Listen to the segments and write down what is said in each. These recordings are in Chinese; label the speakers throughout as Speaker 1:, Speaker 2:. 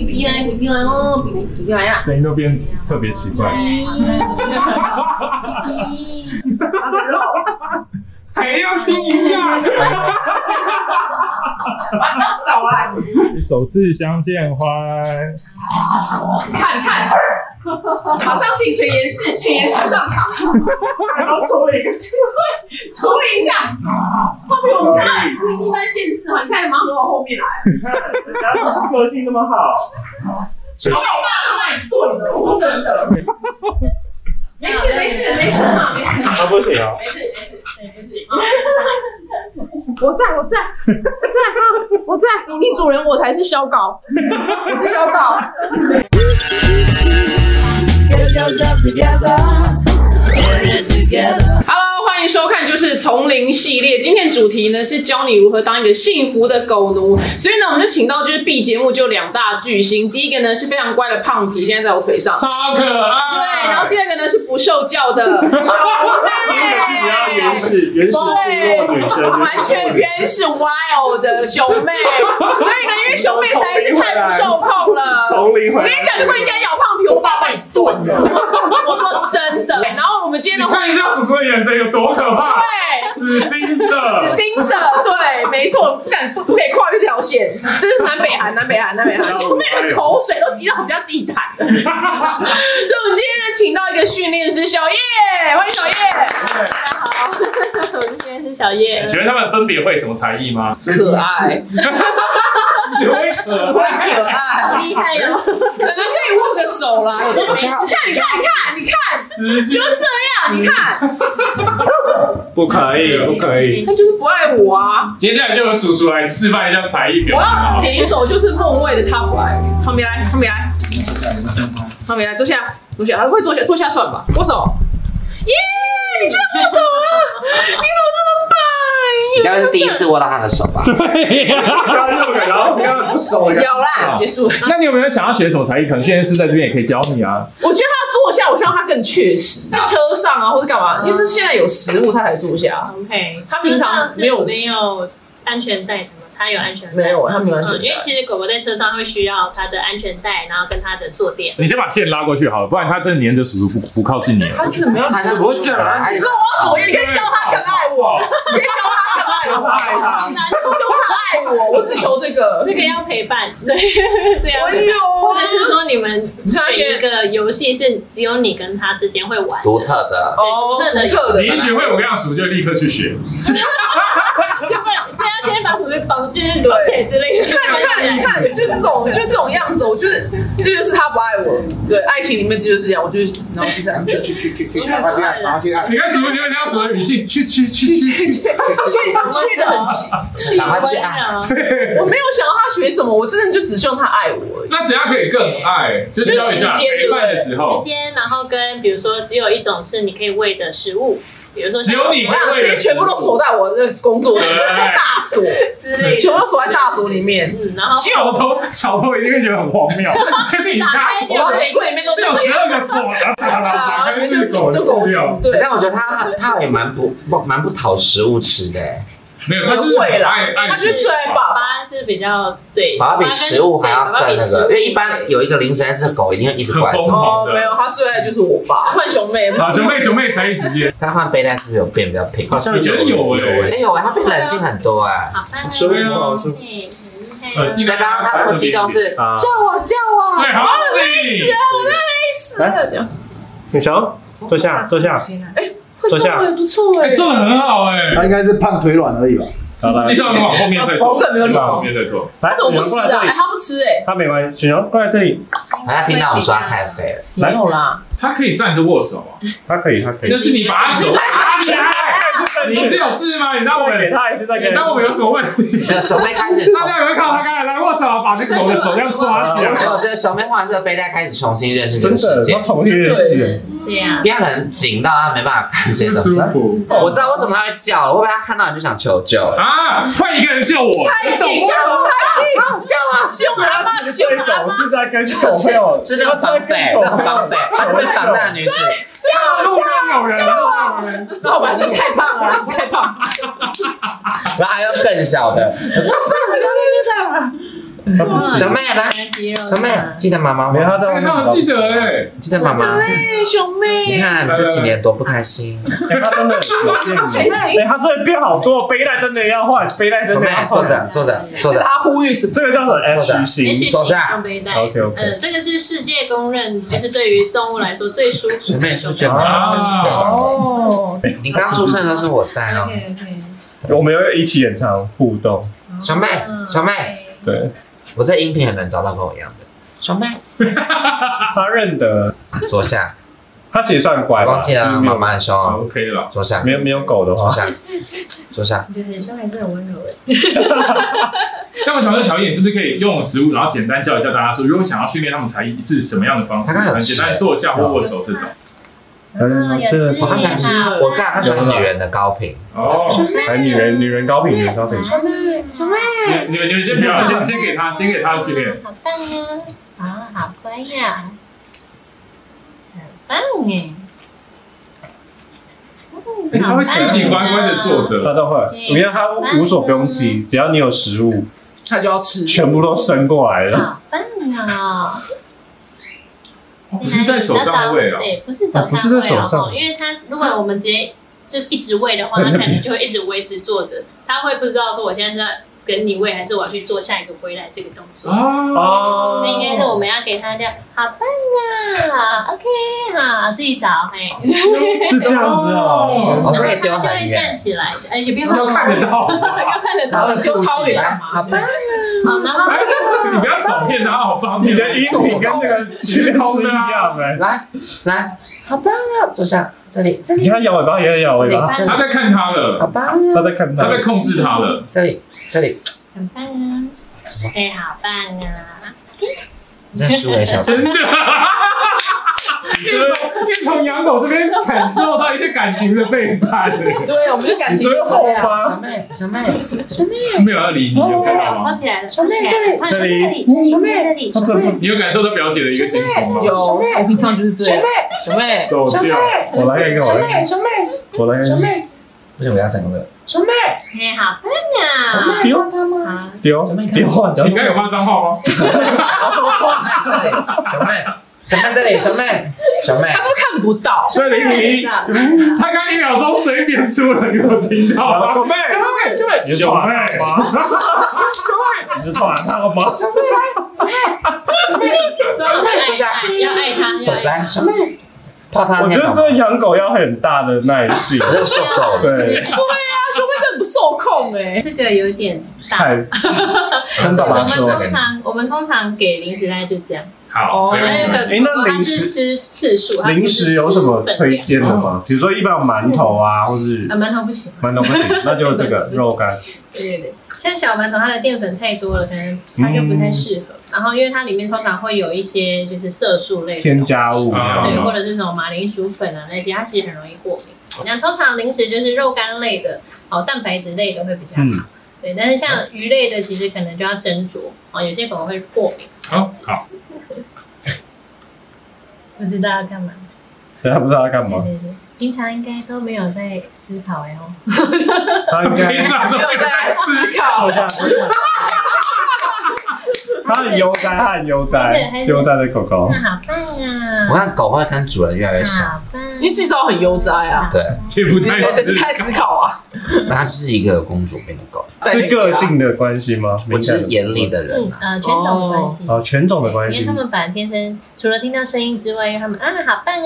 Speaker 1: 变平平来哦，平平平平来呀！
Speaker 2: 声音都变特别奇怪。
Speaker 1: 咦，
Speaker 3: 还要亲一下，
Speaker 1: 晚上走啊！
Speaker 2: 首次相见欢，
Speaker 1: 看看，马上请全严氏、全严氏上场，
Speaker 3: 还要抽一个，
Speaker 1: 处理一下。后面我们看，一般见识哈，你看盲盒往后面来，
Speaker 3: 你看人家个性那么好，
Speaker 1: 好有霸道，滚哭真的。没事没事没事嘛，没事
Speaker 3: 他不行啊，
Speaker 1: 没事没事没事。
Speaker 4: 我在我在我在啊我在，你你主人我才是小 稿，我是小稿。
Speaker 5: Hello，欢迎收看就是丛林系列。今天主题呢是教你如何当一个幸福的狗奴，所以呢我们就请到就是 B 节目就两大巨星，第一个呢是非常乖的胖皮，现在在我腿上。
Speaker 3: 超可
Speaker 5: 对，
Speaker 3: 爱。
Speaker 5: 然后第二个呢是不受教的 小
Speaker 3: 第一个是比较原
Speaker 5: 妹，
Speaker 3: 始、原始部落女生，
Speaker 5: 完全原始 wild 哦的熊妹。所以呢，因为熊妹实在是太不受控了，
Speaker 3: 丛林
Speaker 5: 我
Speaker 3: 回
Speaker 5: 跟你
Speaker 3: 来。
Speaker 5: 讲，如果你敢咬胖皮，我爸把你炖了。 我说真的。然后我们今天
Speaker 3: 你
Speaker 5: 的话
Speaker 3: 看一下叔叔的眼神有多可怕，
Speaker 5: 对。
Speaker 3: 死盯
Speaker 5: 死
Speaker 3: 着。
Speaker 5: 盯着，对，没错，不敢不不可以跨越这条线，这是南北韩，南北韩，南北韩，兄妹的口水都滴到我们家地毯了。所以，我们今天呢，请到一个训练师小叶，欢迎小叶。大家好，我是训练师小叶
Speaker 3: 哎 请问他们分别会什么才艺吗？
Speaker 5: 可爱，
Speaker 3: 只会可爱。
Speaker 5: 可爱，厉害哦呀！可能可以握个手啦。你看，你看，你看，你看，
Speaker 3: 直
Speaker 5: 就这样，你看，
Speaker 2: 不可以，不可以。
Speaker 5: 他就是不爱我啊！
Speaker 3: 接下来就由叔叔来示范一下才艺表
Speaker 5: 我
Speaker 3: 演
Speaker 5: 要
Speaker 3: 好。
Speaker 5: 点一首就是梦卫的《他不爱我》，旁边来，旁边来。好，没来，坐下，坐下，快坐下，坐下算吧，握手。耶、你居然握手了？你怎么这么棒？
Speaker 6: 你刚刚是第一次握到他的手吧？
Speaker 2: 对呀。
Speaker 3: 然后刚刚不熟
Speaker 5: 有啦，结束了。
Speaker 2: 那你有没有想要学什么才艺？可能现在是在这边也可以教你啊。
Speaker 5: 我觉得他坐下，我希望他更确实，在车上啊，或者干嘛，就是现在有食物他才坐下。
Speaker 7: OK，
Speaker 5: 他平常没
Speaker 7: 没
Speaker 5: 有
Speaker 7: 有没有安全带的吗？他有安全带，
Speaker 5: 没有，他没有安全
Speaker 7: 嗯，因为
Speaker 5: 带。
Speaker 7: 其实狗狗在车上会需要它的安全带，然后跟它的坐 垫。
Speaker 2: 你先把线拉过去好了，不然他真的黏着叔叔不不靠近你了。
Speaker 5: 他真的没有。
Speaker 6: 他怎么讲？哎
Speaker 5: 啊你说我要左右，你可以教他更爱我，你可以教他更爱我，
Speaker 3: 爱他。
Speaker 5: 求他爱我，我只求这个。
Speaker 7: 这个要陪伴，对，这样
Speaker 5: 哎呦，
Speaker 7: 或者是说你们
Speaker 5: 你像那
Speaker 7: 选一
Speaker 5: 些
Speaker 7: 个游戏是只有你跟他之间会玩的，
Speaker 6: 独特的，
Speaker 5: 哦，
Speaker 7: 对
Speaker 5: 特的，
Speaker 3: 你一学会，我跟你讲，叔就立刻去学。
Speaker 7: 要不然不要先把手被绑进去
Speaker 5: 对
Speaker 7: 绑起来之类的。
Speaker 5: 看你看你看，就这种就这种样子，我觉得这就是他不爱我。对，爱情里面这就是这样，我就是然后就是这样 子，去
Speaker 3: 你看叔叔，你会听到叔的语气，去去 去去。
Speaker 5: 去去的很气气
Speaker 6: 赶快去
Speaker 5: 歪。
Speaker 6: 按。
Speaker 5: 我没有想到他学什么，我真的就只希望他爱我而已。
Speaker 3: 那怎样可以更爱？就教一下陪伴的时
Speaker 7: 之
Speaker 3: 候，
Speaker 7: 间，然后跟比如说只有一种是你可以喂的食物，比如说
Speaker 3: 只
Speaker 7: 像
Speaker 3: 有你
Speaker 5: 我想这些全部都锁在我的工作室
Speaker 3: 对
Speaker 5: 大锁，
Speaker 7: 之类的，
Speaker 5: 全部都锁在大锁里面。
Speaker 7: 嗯，然后
Speaker 3: 小偷，小偷一定会觉得很荒 谬。 你家
Speaker 5: 我的玫瑰里面都
Speaker 3: 这
Speaker 5: 是
Speaker 3: 有十二个锁，然后打
Speaker 2: 啊
Speaker 3: 开
Speaker 5: 啊就是是
Speaker 3: 狗
Speaker 5: 这狗屎，对，
Speaker 6: 但我觉得他他也蛮不不蛮不讨食物吃的欸，
Speaker 3: 没有，他就是爱爱，
Speaker 5: 他就是最爱爸
Speaker 7: 爸
Speaker 5: 爸。
Speaker 7: 爸是比较对，
Speaker 6: 爸爸比食物还要
Speaker 7: 对
Speaker 6: 更那个，
Speaker 7: 爸爸比食物
Speaker 6: 因为一般有一个零食但是狗一定会一直过来
Speaker 3: 很
Speaker 6: 找。
Speaker 3: 疯
Speaker 5: 哦，没有，他最爱就是我爸，换熊妹。
Speaker 3: 好，熊妹熊妹才艺时间，
Speaker 6: 他换背带是不是有变比较平？
Speaker 3: 好像有有欸
Speaker 6: 哎呦，他变冷静很多哎。
Speaker 7: 好棒啊，
Speaker 3: 所以呢
Speaker 7: 嗯很厉害
Speaker 3: 呃，
Speaker 7: 啊
Speaker 3: 记
Speaker 6: 所
Speaker 3: 得
Speaker 6: 以刚刚他那么激动是叫我叫我，
Speaker 3: 对，好，累
Speaker 5: 啊
Speaker 3: 死
Speaker 5: 来，这样哎
Speaker 8: 女球，坐下，坐下。
Speaker 5: 会
Speaker 8: 坐下
Speaker 5: 中文不错哎，
Speaker 3: 做的很好哎。
Speaker 9: 他应该是胖腿软而已吧？
Speaker 8: 好了
Speaker 3: 地，上往后面再坐，后面再坐。
Speaker 8: 来
Speaker 5: 他怎，么
Speaker 8: 女
Speaker 5: 不
Speaker 8: 球
Speaker 5: 吃
Speaker 8: 过来这
Speaker 5: 啊？哎，
Speaker 8: 里。
Speaker 5: 他不吃哎，
Speaker 8: 他没关系，女球过来这里。
Speaker 6: 他听到我们说他太肥了，
Speaker 5: 没有啦，
Speaker 3: 他可以站着握手啊，
Speaker 8: 他可以，他可以
Speaker 3: 那。是你把他手拿起来，你不是有事吗？你当我
Speaker 8: 再给他一次，再给
Speaker 3: 你当我有什么问题？
Speaker 6: 没有手背开始从
Speaker 3: 大。家有没有看到他刚才来握手，把那个狗的手这样抓起
Speaker 6: 没有，
Speaker 3: 来？
Speaker 6: 我觉得小妹哦换了这个背带开始重新认识这
Speaker 8: 真
Speaker 6: 个世
Speaker 8: 的，
Speaker 6: 界
Speaker 8: 他，重新认识人。
Speaker 7: 对呀，
Speaker 6: 因为他很紧到他没办法看见东
Speaker 3: 舒
Speaker 6: 西。
Speaker 3: 服
Speaker 6: 我知道为什么他会叫了，会不会他看到你就想求救了？
Speaker 3: 啊！换一个人救我，
Speaker 5: 太紧张，
Speaker 6: 哎
Speaker 5: 太紧，这样啊，凶阿妈，凶
Speaker 8: 这
Speaker 5: 阿
Speaker 8: 狗
Speaker 5: 妈，
Speaker 8: 是在跟狗朋友，
Speaker 6: 是那种绑匪，那种绑匪，他就被绑架的女子。
Speaker 3: 路上有人，路上有人，
Speaker 5: 然后我爸说你太胖了，你太胖了，
Speaker 6: 然后还有更小的，我说
Speaker 8: 他不
Speaker 6: 小妹来，
Speaker 7: 肌肉
Speaker 6: 小妹记得妈妈
Speaker 8: 没有
Speaker 6: 吗？
Speaker 8: 他在外
Speaker 3: 哎
Speaker 8: 面
Speaker 3: 他
Speaker 8: 跑
Speaker 3: 们，记得哎，
Speaker 6: 记得妈妈。
Speaker 5: 对，熊
Speaker 6: 你
Speaker 5: 妹，
Speaker 6: 看这几年多不开心，
Speaker 8: 哎他真的有变
Speaker 5: 谁
Speaker 8: 美，哎，他真的变好多，背带真的要换，背带真
Speaker 6: 小
Speaker 8: 的
Speaker 6: 妹
Speaker 8: 要
Speaker 6: 坐
Speaker 8: 换，
Speaker 6: 着坐着坐着，
Speaker 5: 他呼吁什么？
Speaker 8: 这个叫什么 H
Speaker 7: 也
Speaker 8: 型？
Speaker 7: 许
Speaker 6: 走下
Speaker 7: 用背带。
Speaker 8: OK，OK
Speaker 7: 呃，这个是世界公认，就是对于动物来说最舒服
Speaker 6: 小
Speaker 7: 的
Speaker 6: 妹
Speaker 7: 一
Speaker 6: 是
Speaker 7: 种
Speaker 6: 不是觉得妈妈会记得妈妈？
Speaker 5: 哦，
Speaker 6: 你刚出生的时候我在哦，
Speaker 7: OK OK，
Speaker 8: 我们有一起演唱互动，
Speaker 6: 小妹
Speaker 7: 嗯
Speaker 6: 小妹，
Speaker 8: 对，
Speaker 6: 我在音频很难找到跟我一样的小妹，
Speaker 8: 他认得，
Speaker 6: 坐下，
Speaker 8: 他其实算乖吧，
Speaker 6: 忘记了妈妈很凶
Speaker 3: 好
Speaker 6: 哦，
Speaker 3: ，OK 了。
Speaker 6: 坐下
Speaker 8: 没有没有狗的
Speaker 6: 坐
Speaker 8: 话，
Speaker 6: 下坐下，
Speaker 7: 对对，小孩是很温柔的。
Speaker 3: 那么小郑、小叶，你是不是可以用食物，然后简单教一下大家说，如果想要训练他们才艺是什么样的方式？
Speaker 6: 他刚有
Speaker 3: 很简单，
Speaker 6: 吃
Speaker 3: 坐下握握手这种。
Speaker 8: 嗯
Speaker 7: 有
Speaker 8: 是
Speaker 7: 吃
Speaker 4: 啊
Speaker 6: 我看
Speaker 7: 也
Speaker 6: 看是，
Speaker 7: 好，
Speaker 6: 我看看是女人的高频，
Speaker 3: 哦，
Speaker 8: 还女人女人高品女人高品，
Speaker 3: 你你们你们先不要，啊先先给他，先给他训练。
Speaker 7: 好棒呀！啊，好乖呀，很棒哦哎！
Speaker 3: 哎他会
Speaker 7: 啊
Speaker 3: 自己乖乖的坐着，
Speaker 8: 他都会，我觉得他无所不用
Speaker 4: 嗯
Speaker 8: 其，只要你有食物，
Speaker 5: 他就要吃。
Speaker 8: 全部都伸过来了。
Speaker 7: 好棒啊！
Speaker 3: 哦不是在手上喂啊。
Speaker 7: 对，不是手上喂、
Speaker 8: 啊不是在手上
Speaker 7: 哦因为它如果我们直接就一直喂 的话，它可能就会一直维持坐着，它会不知道说我现在是要跟你喂，还是我要去做下一个回来这个动作。
Speaker 4: 嗯
Speaker 3: 啊，
Speaker 8: 哦
Speaker 7: 所以应该是我们要给它这样，好棒啊！OK，好，自己找，嘿，
Speaker 8: 是这样子哦。
Speaker 6: 哦，所以
Speaker 7: 它
Speaker 6: 丢
Speaker 7: 就
Speaker 6: 很
Speaker 7: 会站
Speaker 6: 远，
Speaker 7: 起来，哎，也不用
Speaker 3: 他看
Speaker 8: 啊
Speaker 3: 得到。
Speaker 5: 看得
Speaker 6: 然后
Speaker 5: 到，丢超远干
Speaker 6: 好
Speaker 5: 嘛？
Speaker 6: 棒，
Speaker 7: 好，然 后
Speaker 3: 哎，你不要少骗他，好方
Speaker 8: 你
Speaker 3: 便。
Speaker 8: 的音频跟那个学是一样哎。
Speaker 6: 来来，好棒啊，坐下，这里这
Speaker 8: 你
Speaker 6: 里
Speaker 8: 看他摇尾巴，摇摇
Speaker 6: 这
Speaker 8: 尾
Speaker 6: 里
Speaker 4: 嗯
Speaker 8: 巴，
Speaker 6: 这
Speaker 3: 他
Speaker 6: 里，
Speaker 3: 在看他
Speaker 6: 好
Speaker 3: 了，
Speaker 6: 棒啊，
Speaker 8: 他在看
Speaker 3: 他
Speaker 8: 他。
Speaker 3: 在控制他了。
Speaker 6: 这里这里，
Speaker 7: 很棒啊，哎，好棒啊！
Speaker 6: 你在输给小三
Speaker 3: 真。的， 你从养狗这边感受到一些感情的背叛，
Speaker 5: 对，我们就感情
Speaker 8: 最后
Speaker 6: 小
Speaker 8: 吗？
Speaker 6: 妹，小妹，
Speaker 3: 没有要理你，有看到
Speaker 7: 收
Speaker 3: 吗？
Speaker 7: 起来了，
Speaker 6: 小妹这里
Speaker 7: 快收起来
Speaker 8: 这
Speaker 7: 小妹这里，
Speaker 8: 他真的
Speaker 3: 你有感受到表姐的一个心情吗？
Speaker 5: 有，我平常就是这样。小妹，
Speaker 8: 走掉。我来看一个，我来看一
Speaker 4: 小妹，
Speaker 8: 个，我来看一个。
Speaker 6: 为什么要讲这个？
Speaker 4: 小妹，
Speaker 7: 哎，好棒啊！
Speaker 8: 丢
Speaker 4: 他吗？
Speaker 7: 好，
Speaker 8: 丢丢换掉
Speaker 3: 你。刚有骂脏话吗？
Speaker 6: 小妹，小妹这里，小妹，小妹，
Speaker 5: 他都看不到。
Speaker 8: 这里，
Speaker 3: 他刚一秒钟随便出了，有听到吗？
Speaker 8: 啊小妹，
Speaker 3: 小妹，
Speaker 8: 你是
Speaker 3: 小
Speaker 8: 大
Speaker 3: 妹，
Speaker 8: 吗？你是大他吗？
Speaker 7: 小妹要爱他，要爱他，
Speaker 6: 小来，小妹，套他
Speaker 8: 我觉
Speaker 6: 那
Speaker 8: 得
Speaker 6: 种
Speaker 8: 这，养狗要很大的耐性，
Speaker 6: 我就受够了，
Speaker 8: 对，
Speaker 5: 对啊，小妹真的不受 控哎。
Speaker 7: 这个有点大。
Speaker 8: 太
Speaker 6: 跟爸
Speaker 7: 我
Speaker 6: 爸
Speaker 7: 们
Speaker 6: 说，
Speaker 7: 通常我们通常给零食大概就这样，
Speaker 3: 好，没
Speaker 7: 然
Speaker 8: 哎
Speaker 7: 后有
Speaker 3: 问题。
Speaker 7: 哦个它是吃次数，
Speaker 8: 零食有什么推荐的吗？比如说一般有馒头啊，或是
Speaker 7: 啊，馒头不行，
Speaker 8: 馒头不行，那就这个肉干。
Speaker 7: 对对对，像小馒头它的淀粉太多了，可能它就不太适合。
Speaker 8: 嗯
Speaker 7: 然后因为它里面通常会有一些就是色素类的
Speaker 8: 添加物啊，
Speaker 7: 对，或者这种马铃薯粉啊那些，它其实很容易过敏。那通常零食就是肉干类的，哦，蛋白质类的会比较好。
Speaker 8: 嗯
Speaker 7: 对，但是像鱼类的，其实可能就要斟酌哦，有些可能会过敏，
Speaker 3: 好，好，
Speaker 7: 不知道要干嘛。
Speaker 8: 对他不知道他干
Speaker 7: 对
Speaker 8: 嘛，
Speaker 7: 对对，平常应该都没有在思考哎哦。
Speaker 8: 他应该
Speaker 3: 平常都没有在思考
Speaker 8: 坐。下。他很悠哉，他很悠哉，悠哉的狗狗
Speaker 7: 那。好棒
Speaker 6: 我
Speaker 7: 啊！
Speaker 6: 看狗会跟主人越来越像，
Speaker 7: 好棒！
Speaker 5: 你至少很悠哉啊，
Speaker 6: 对，
Speaker 3: 也不
Speaker 5: 你
Speaker 3: 太
Speaker 5: 得是太思考啊，
Speaker 6: 那它就是一个公主病的狗，
Speaker 8: 是个性的关系吗？
Speaker 6: 我只是眼里的
Speaker 7: 嗯
Speaker 6: 人啊，
Speaker 7: 呃，犬种的关系。
Speaker 8: 哦，犬种的
Speaker 7: 对因
Speaker 8: 关
Speaker 7: 为
Speaker 8: 系
Speaker 7: 他。们本来天生除了听到声音之外，因为他们啊好棒啊，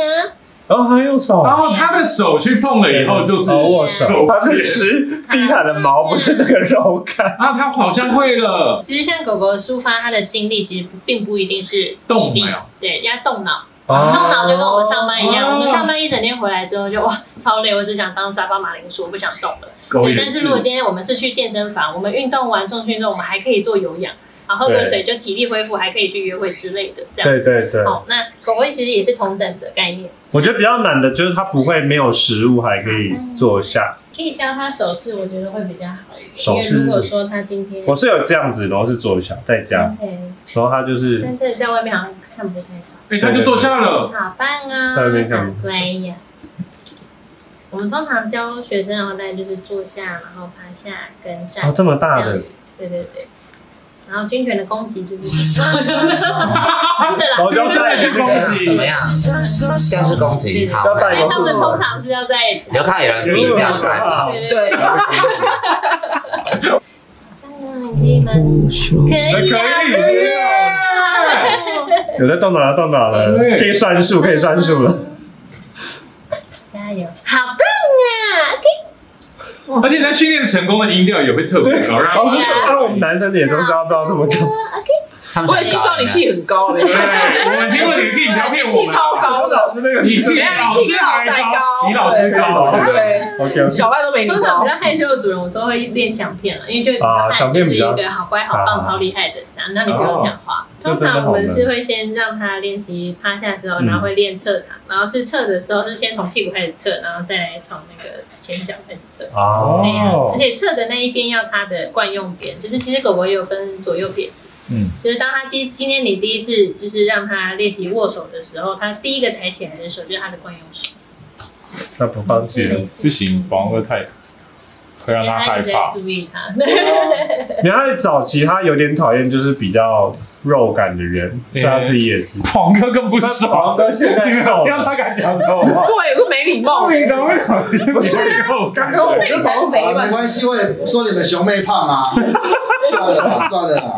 Speaker 8: 哦，他用手，
Speaker 3: 然后他的手去碰了以后，就是
Speaker 8: 哦握手，他是吃地毯的毛，不是那个肉干。
Speaker 3: 啊，他好像会了，
Speaker 7: 其实像狗狗抒发它的精力，其实并不一定是
Speaker 3: 动
Speaker 7: 力
Speaker 3: 了，
Speaker 7: 对，要动脑，
Speaker 3: 哦
Speaker 8: 哦
Speaker 7: 动脑就跟我们上班一样，我们上班一整天回来之后就哇超累，我只想当沙发马铃薯，我不想动了。
Speaker 8: 哦
Speaker 3: 狗
Speaker 7: 对，
Speaker 3: 也
Speaker 7: 但是如果今天我们是去健身房，我们运动完重训之后，我们还可以做有氧，然后喝个
Speaker 8: 对
Speaker 7: 水就体力恢复，还可以去约会之类的，这样。
Speaker 8: 对对对，
Speaker 7: 好，那狗狗其实也是同等的概念，
Speaker 8: 我觉得比较难的就是它不会没有食物还可以坐下。
Speaker 7: 可以教它手势，我觉得会比较好一点。
Speaker 8: 手
Speaker 7: 因为
Speaker 8: 势
Speaker 7: 如果说它今
Speaker 3: 嗯
Speaker 7: 天
Speaker 8: 我是有这样子，然后是坐下在家，
Speaker 7: OK，
Speaker 8: 然后它就是
Speaker 7: 但这在外面好像看不太到。
Speaker 3: 哎，他就坐下了，
Speaker 7: 好棒啊！
Speaker 8: 在那边干嘛
Speaker 7: 好乖呀！我们通常教学生的话，大概就是坐下，然后趴下跟站。
Speaker 8: 啊哦这么大的
Speaker 7: 样子对对对。然后军犬的攻击就是，真的啦，
Speaker 8: 我就
Speaker 3: 再去攻击，
Speaker 5: 嗯
Speaker 6: 怎么样？像是攻击，好，
Speaker 8: 要带
Speaker 7: 因为他们通常是要在
Speaker 6: 你要看有人比较感
Speaker 3: 啊
Speaker 6: 好，
Speaker 7: 对，
Speaker 8: 啊
Speaker 7: 嗯，你们可以哎啊，
Speaker 3: 可以
Speaker 7: 真的
Speaker 8: 有在动脑了，动脑了，
Speaker 3: 对
Speaker 8: 可以算数，可以算数了。
Speaker 7: 加油，好棒啊！OK，
Speaker 3: 而且在训练成功的音调也会特别高，让
Speaker 8: 老师，
Speaker 7: 对啊
Speaker 8: 那我们男生的也都是要到那么高。
Speaker 6: 他们
Speaker 5: 我
Speaker 6: 想
Speaker 5: 也听说你
Speaker 6: 找啊
Speaker 5: key 很高了，
Speaker 3: 对，我们听过你的 key 调片我
Speaker 5: ，key
Speaker 3: 们，
Speaker 5: 超 高的，
Speaker 8: 师那个
Speaker 3: 啊你
Speaker 5: 对啊你 key 老太高，
Speaker 3: 你老师高，
Speaker 8: 对
Speaker 5: 对，
Speaker 8: OK OK，
Speaker 5: 小赖都没你
Speaker 7: 通常
Speaker 5: 高
Speaker 7: 比。较害羞的主人，我都会练响片了，因为就
Speaker 8: 啊
Speaker 7: 他
Speaker 8: 响
Speaker 7: 们
Speaker 8: 片
Speaker 7: 就是
Speaker 8: 比
Speaker 7: 一
Speaker 8: 较啊哦
Speaker 7: 个好乖好棒超厉害的这样，那你不用讲话。
Speaker 8: 这
Speaker 7: 通
Speaker 8: 真的
Speaker 7: 常我
Speaker 8: 好
Speaker 7: 们
Speaker 8: 难
Speaker 7: 是会先让他练习趴下之后，
Speaker 8: 嗯
Speaker 7: 然后会练侧躺，然后是侧的时候是先从屁股开始侧，然后再来从那个前脚开始侧。那样而
Speaker 8: 哦，
Speaker 7: 且侧的那一边要它的惯用边，就是其实狗狗也有分左右撇子。
Speaker 2: 嗯，
Speaker 7: 就是当它第今天你第一次就是让它练习握手的时候，它第一个抬起来的手就是它的惯用手，
Speaker 8: 那不放弃了，
Speaker 2: 不行，反而会太会让他害
Speaker 7: 因为它一
Speaker 2: 怕
Speaker 7: 直在。注意它。
Speaker 8: 你要找其他有点讨厌，就是比较肉感的人，所以他自己也 是。
Speaker 2: 黄哥更不
Speaker 8: 黄
Speaker 2: 爽，
Speaker 8: 哥现在瘦了，
Speaker 2: 他敢讲什么？
Speaker 5: 对，有个没礼貌。
Speaker 2: 你怎么会讨厌
Speaker 8: 不是
Speaker 2: 我？
Speaker 8: 刚刚我
Speaker 5: 那你才肥
Speaker 9: 啊，没
Speaker 5: 嘛？
Speaker 9: 关系，我也说你们熊妹胖啊，算了啦，算了啦。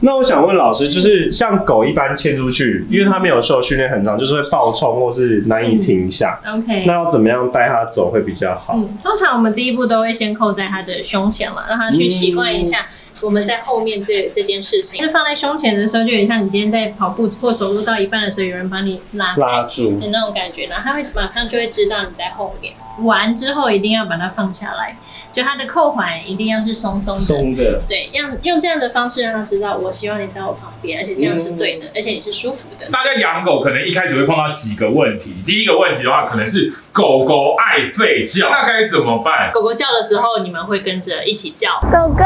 Speaker 8: 那我想问老师，就是像狗一般牵出去，因为它没有受训练很长，就是会暴冲或是难以停下，
Speaker 7: OK，
Speaker 8: 那要怎么样带它走会比较好？
Speaker 7: 嗯，通常我们第一步都会先扣在它的胸前嘛，让它去习惯一下我们在后面这这件事
Speaker 8: 嗯
Speaker 7: 情。就是放在胸前的时候，就有点像你今天在跑步或走路到一半的时候，有人帮你拉
Speaker 8: 拉住，
Speaker 7: 的那种感觉，然后他会马上就会知道你在后面。完之后一定要把它放下来，就它的扣环一定要是松松的，
Speaker 8: 的，
Speaker 7: 对，让用这样的方式让他知道，我希望你在我旁边，而且这样是对
Speaker 8: 嗯
Speaker 7: 的，而且你是舒服的。
Speaker 3: 大家养狗可能一开始会碰到几个问题，第一个问题的话，可能是狗狗爱吠叫，那该怎么办？
Speaker 7: 狗狗叫的时候，你们会跟着一起叫，
Speaker 10: 狗狗。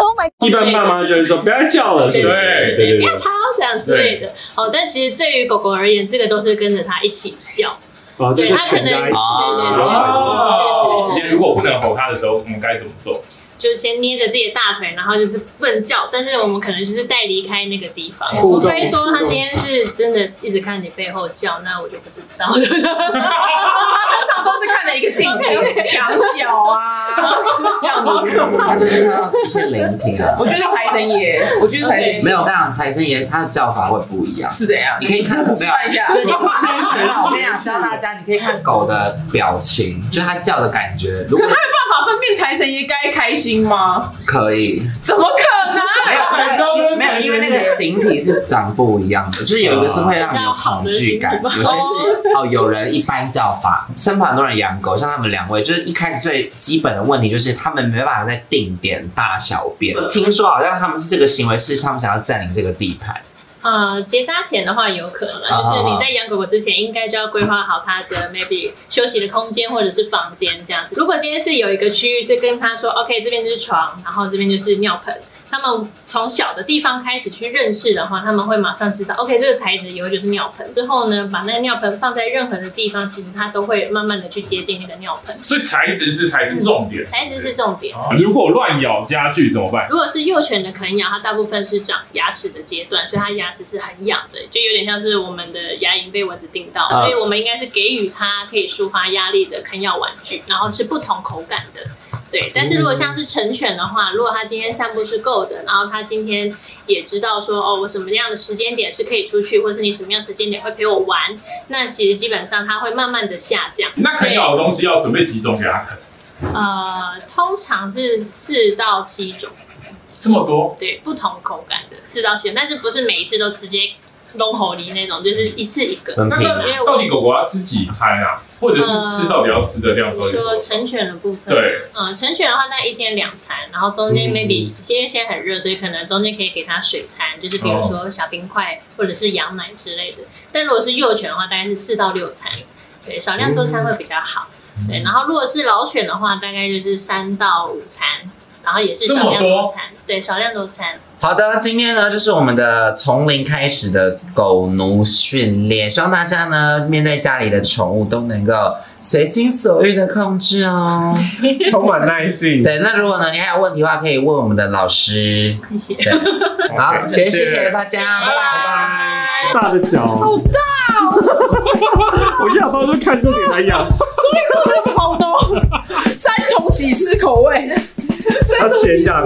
Speaker 10: Oh my！
Speaker 8: 一般爸妈就会说不要叫了，
Speaker 7: 对
Speaker 8: 对
Speaker 3: 对
Speaker 8: 对对
Speaker 7: 不要
Speaker 8: 对，
Speaker 7: 吵这样之类的。哦，但其实对于狗狗而言，这个都是跟着它一起叫，
Speaker 8: 啊，就
Speaker 7: 对
Speaker 8: 是
Speaker 7: 它可
Speaker 8: 全家
Speaker 7: 能
Speaker 8: 一起
Speaker 6: 啊
Speaker 7: 哦
Speaker 3: 今天如果不能吼它的时候，我们该怎么做？
Speaker 7: 就是先捏着自己的大腿，然后就是笨叫，但是我们可能就是带离开那个地方。除
Speaker 8: 互动
Speaker 7: 非说他今天是真的一直看你背后叫，那我就不知道了。
Speaker 5: 他通常都是看了一个定点墙角啊，这样子。
Speaker 6: 他就是要先聆听啊
Speaker 5: 我。觉得是财神爷，我觉得是财神爷
Speaker 6: 没有，我跟你讲，财神爷他的叫法会不一样。
Speaker 5: 是怎样
Speaker 6: 你？可以看没有
Speaker 5: 看一下，
Speaker 6: 就是你我跟你讲，教大家，你可以看狗的表情，就是它叫的感觉，如
Speaker 5: 可
Speaker 6: 果
Speaker 5: 他有办法分辨财神爷该开心吗？
Speaker 6: 可以，
Speaker 5: 怎么可能？
Speaker 6: 没有没有，因为那个形体是长不一样的，就是有一个是会让你有恐惧感，有些是哦，有人一般叫法，身旁很多人养狗，像他们两位，就是一开始最基本的问题就是他们没办法在定点大小便，听说好像他们是这个行为是他们想要占领这个地盘，
Speaker 7: 呃，结扎前的话有可能啦，
Speaker 6: 啊
Speaker 7: 就是你在养狗狗之前，应该就要规划好它的 maybe 休息的空间或者是房间这样子。如果今天是有一个区域是跟他说，OK，这边就是床，然后这边就是尿盆。他们从小的地方开始去认识的话，他们会马上知道，OK，这个材质以后就是尿盆。之后呢，把那个尿盆放在任何的地方，其实它都会慢慢的去接近那个尿盆。
Speaker 3: 所以材质是才是重点，
Speaker 7: 材质是重点。
Speaker 3: 如果乱咬家具怎么办？
Speaker 7: 如果是幼犬的啃咬，它大部分是长牙齿的阶段，所以它牙齿是很痒的，就有点像是我们的牙龈被蚊子叮到，
Speaker 6: 啊
Speaker 7: 所以我们应该是给予它可以抒发压力的啃咬玩具，然后是不同口感的。对，但是如果像是成犬的话，如果它今天散步是够的，然后它今天也知道说哦，我什么样的时间点是可以出去，或是你什么样时间点会陪我玩，那其实基本上它会慢慢的下降。
Speaker 3: 那啃咬的东西要准备几种给它啃？
Speaker 7: 呃，通常是四到七种。
Speaker 3: 这么多，
Speaker 7: 对，不同口感的四到七，但是不是每一次都直接弄喉泥那种，就是一次一个。
Speaker 6: 分
Speaker 3: 那
Speaker 6: 配
Speaker 7: 因
Speaker 3: 那
Speaker 7: 为
Speaker 3: 到
Speaker 7: 我
Speaker 3: 底狗狗要吃几餐啊？或者是吃到底要吃的量
Speaker 7: 嗯你
Speaker 3: 多
Speaker 7: 说
Speaker 3: 少？
Speaker 7: 成犬的部分，
Speaker 3: 对，
Speaker 7: 嗯，成犬的话，那一天两餐，然后中间
Speaker 8: 嗯
Speaker 7: maybe、因为现在很热，所以可能中间可以给它水餐，就是比如说小冰块或者是羊奶之类的。但如果是幼犬的话，大概是四到六餐，对，少量多餐会比较好。
Speaker 3: 嗯
Speaker 7: 对，然后如果是老犬的话，大概就是三到五餐，然后也是
Speaker 3: 这
Speaker 7: 少
Speaker 3: 么
Speaker 7: 量
Speaker 3: 多
Speaker 7: 多餐，对，少量多餐。
Speaker 6: 好的，今天呢就是我们的从零开始的狗奴训练，希望大家呢面对家里的宠物都能够随心所欲的控制哦。
Speaker 8: 充满耐性。
Speaker 6: 对，那如果呢你还有问题的话，可以问我们的老师。
Speaker 7: 谢谢。
Speaker 6: 好，
Speaker 8: OK，
Speaker 6: 今天谢
Speaker 8: 谢
Speaker 6: 谢大家，拜拜。
Speaker 8: 大的脚，好大哦！ 我一想到就看这里来 养，
Speaker 5: 这是好多，三重喜事口味，三
Speaker 8: 它
Speaker 5: 重喜
Speaker 8: 前
Speaker 5: 事
Speaker 8: 脚蛮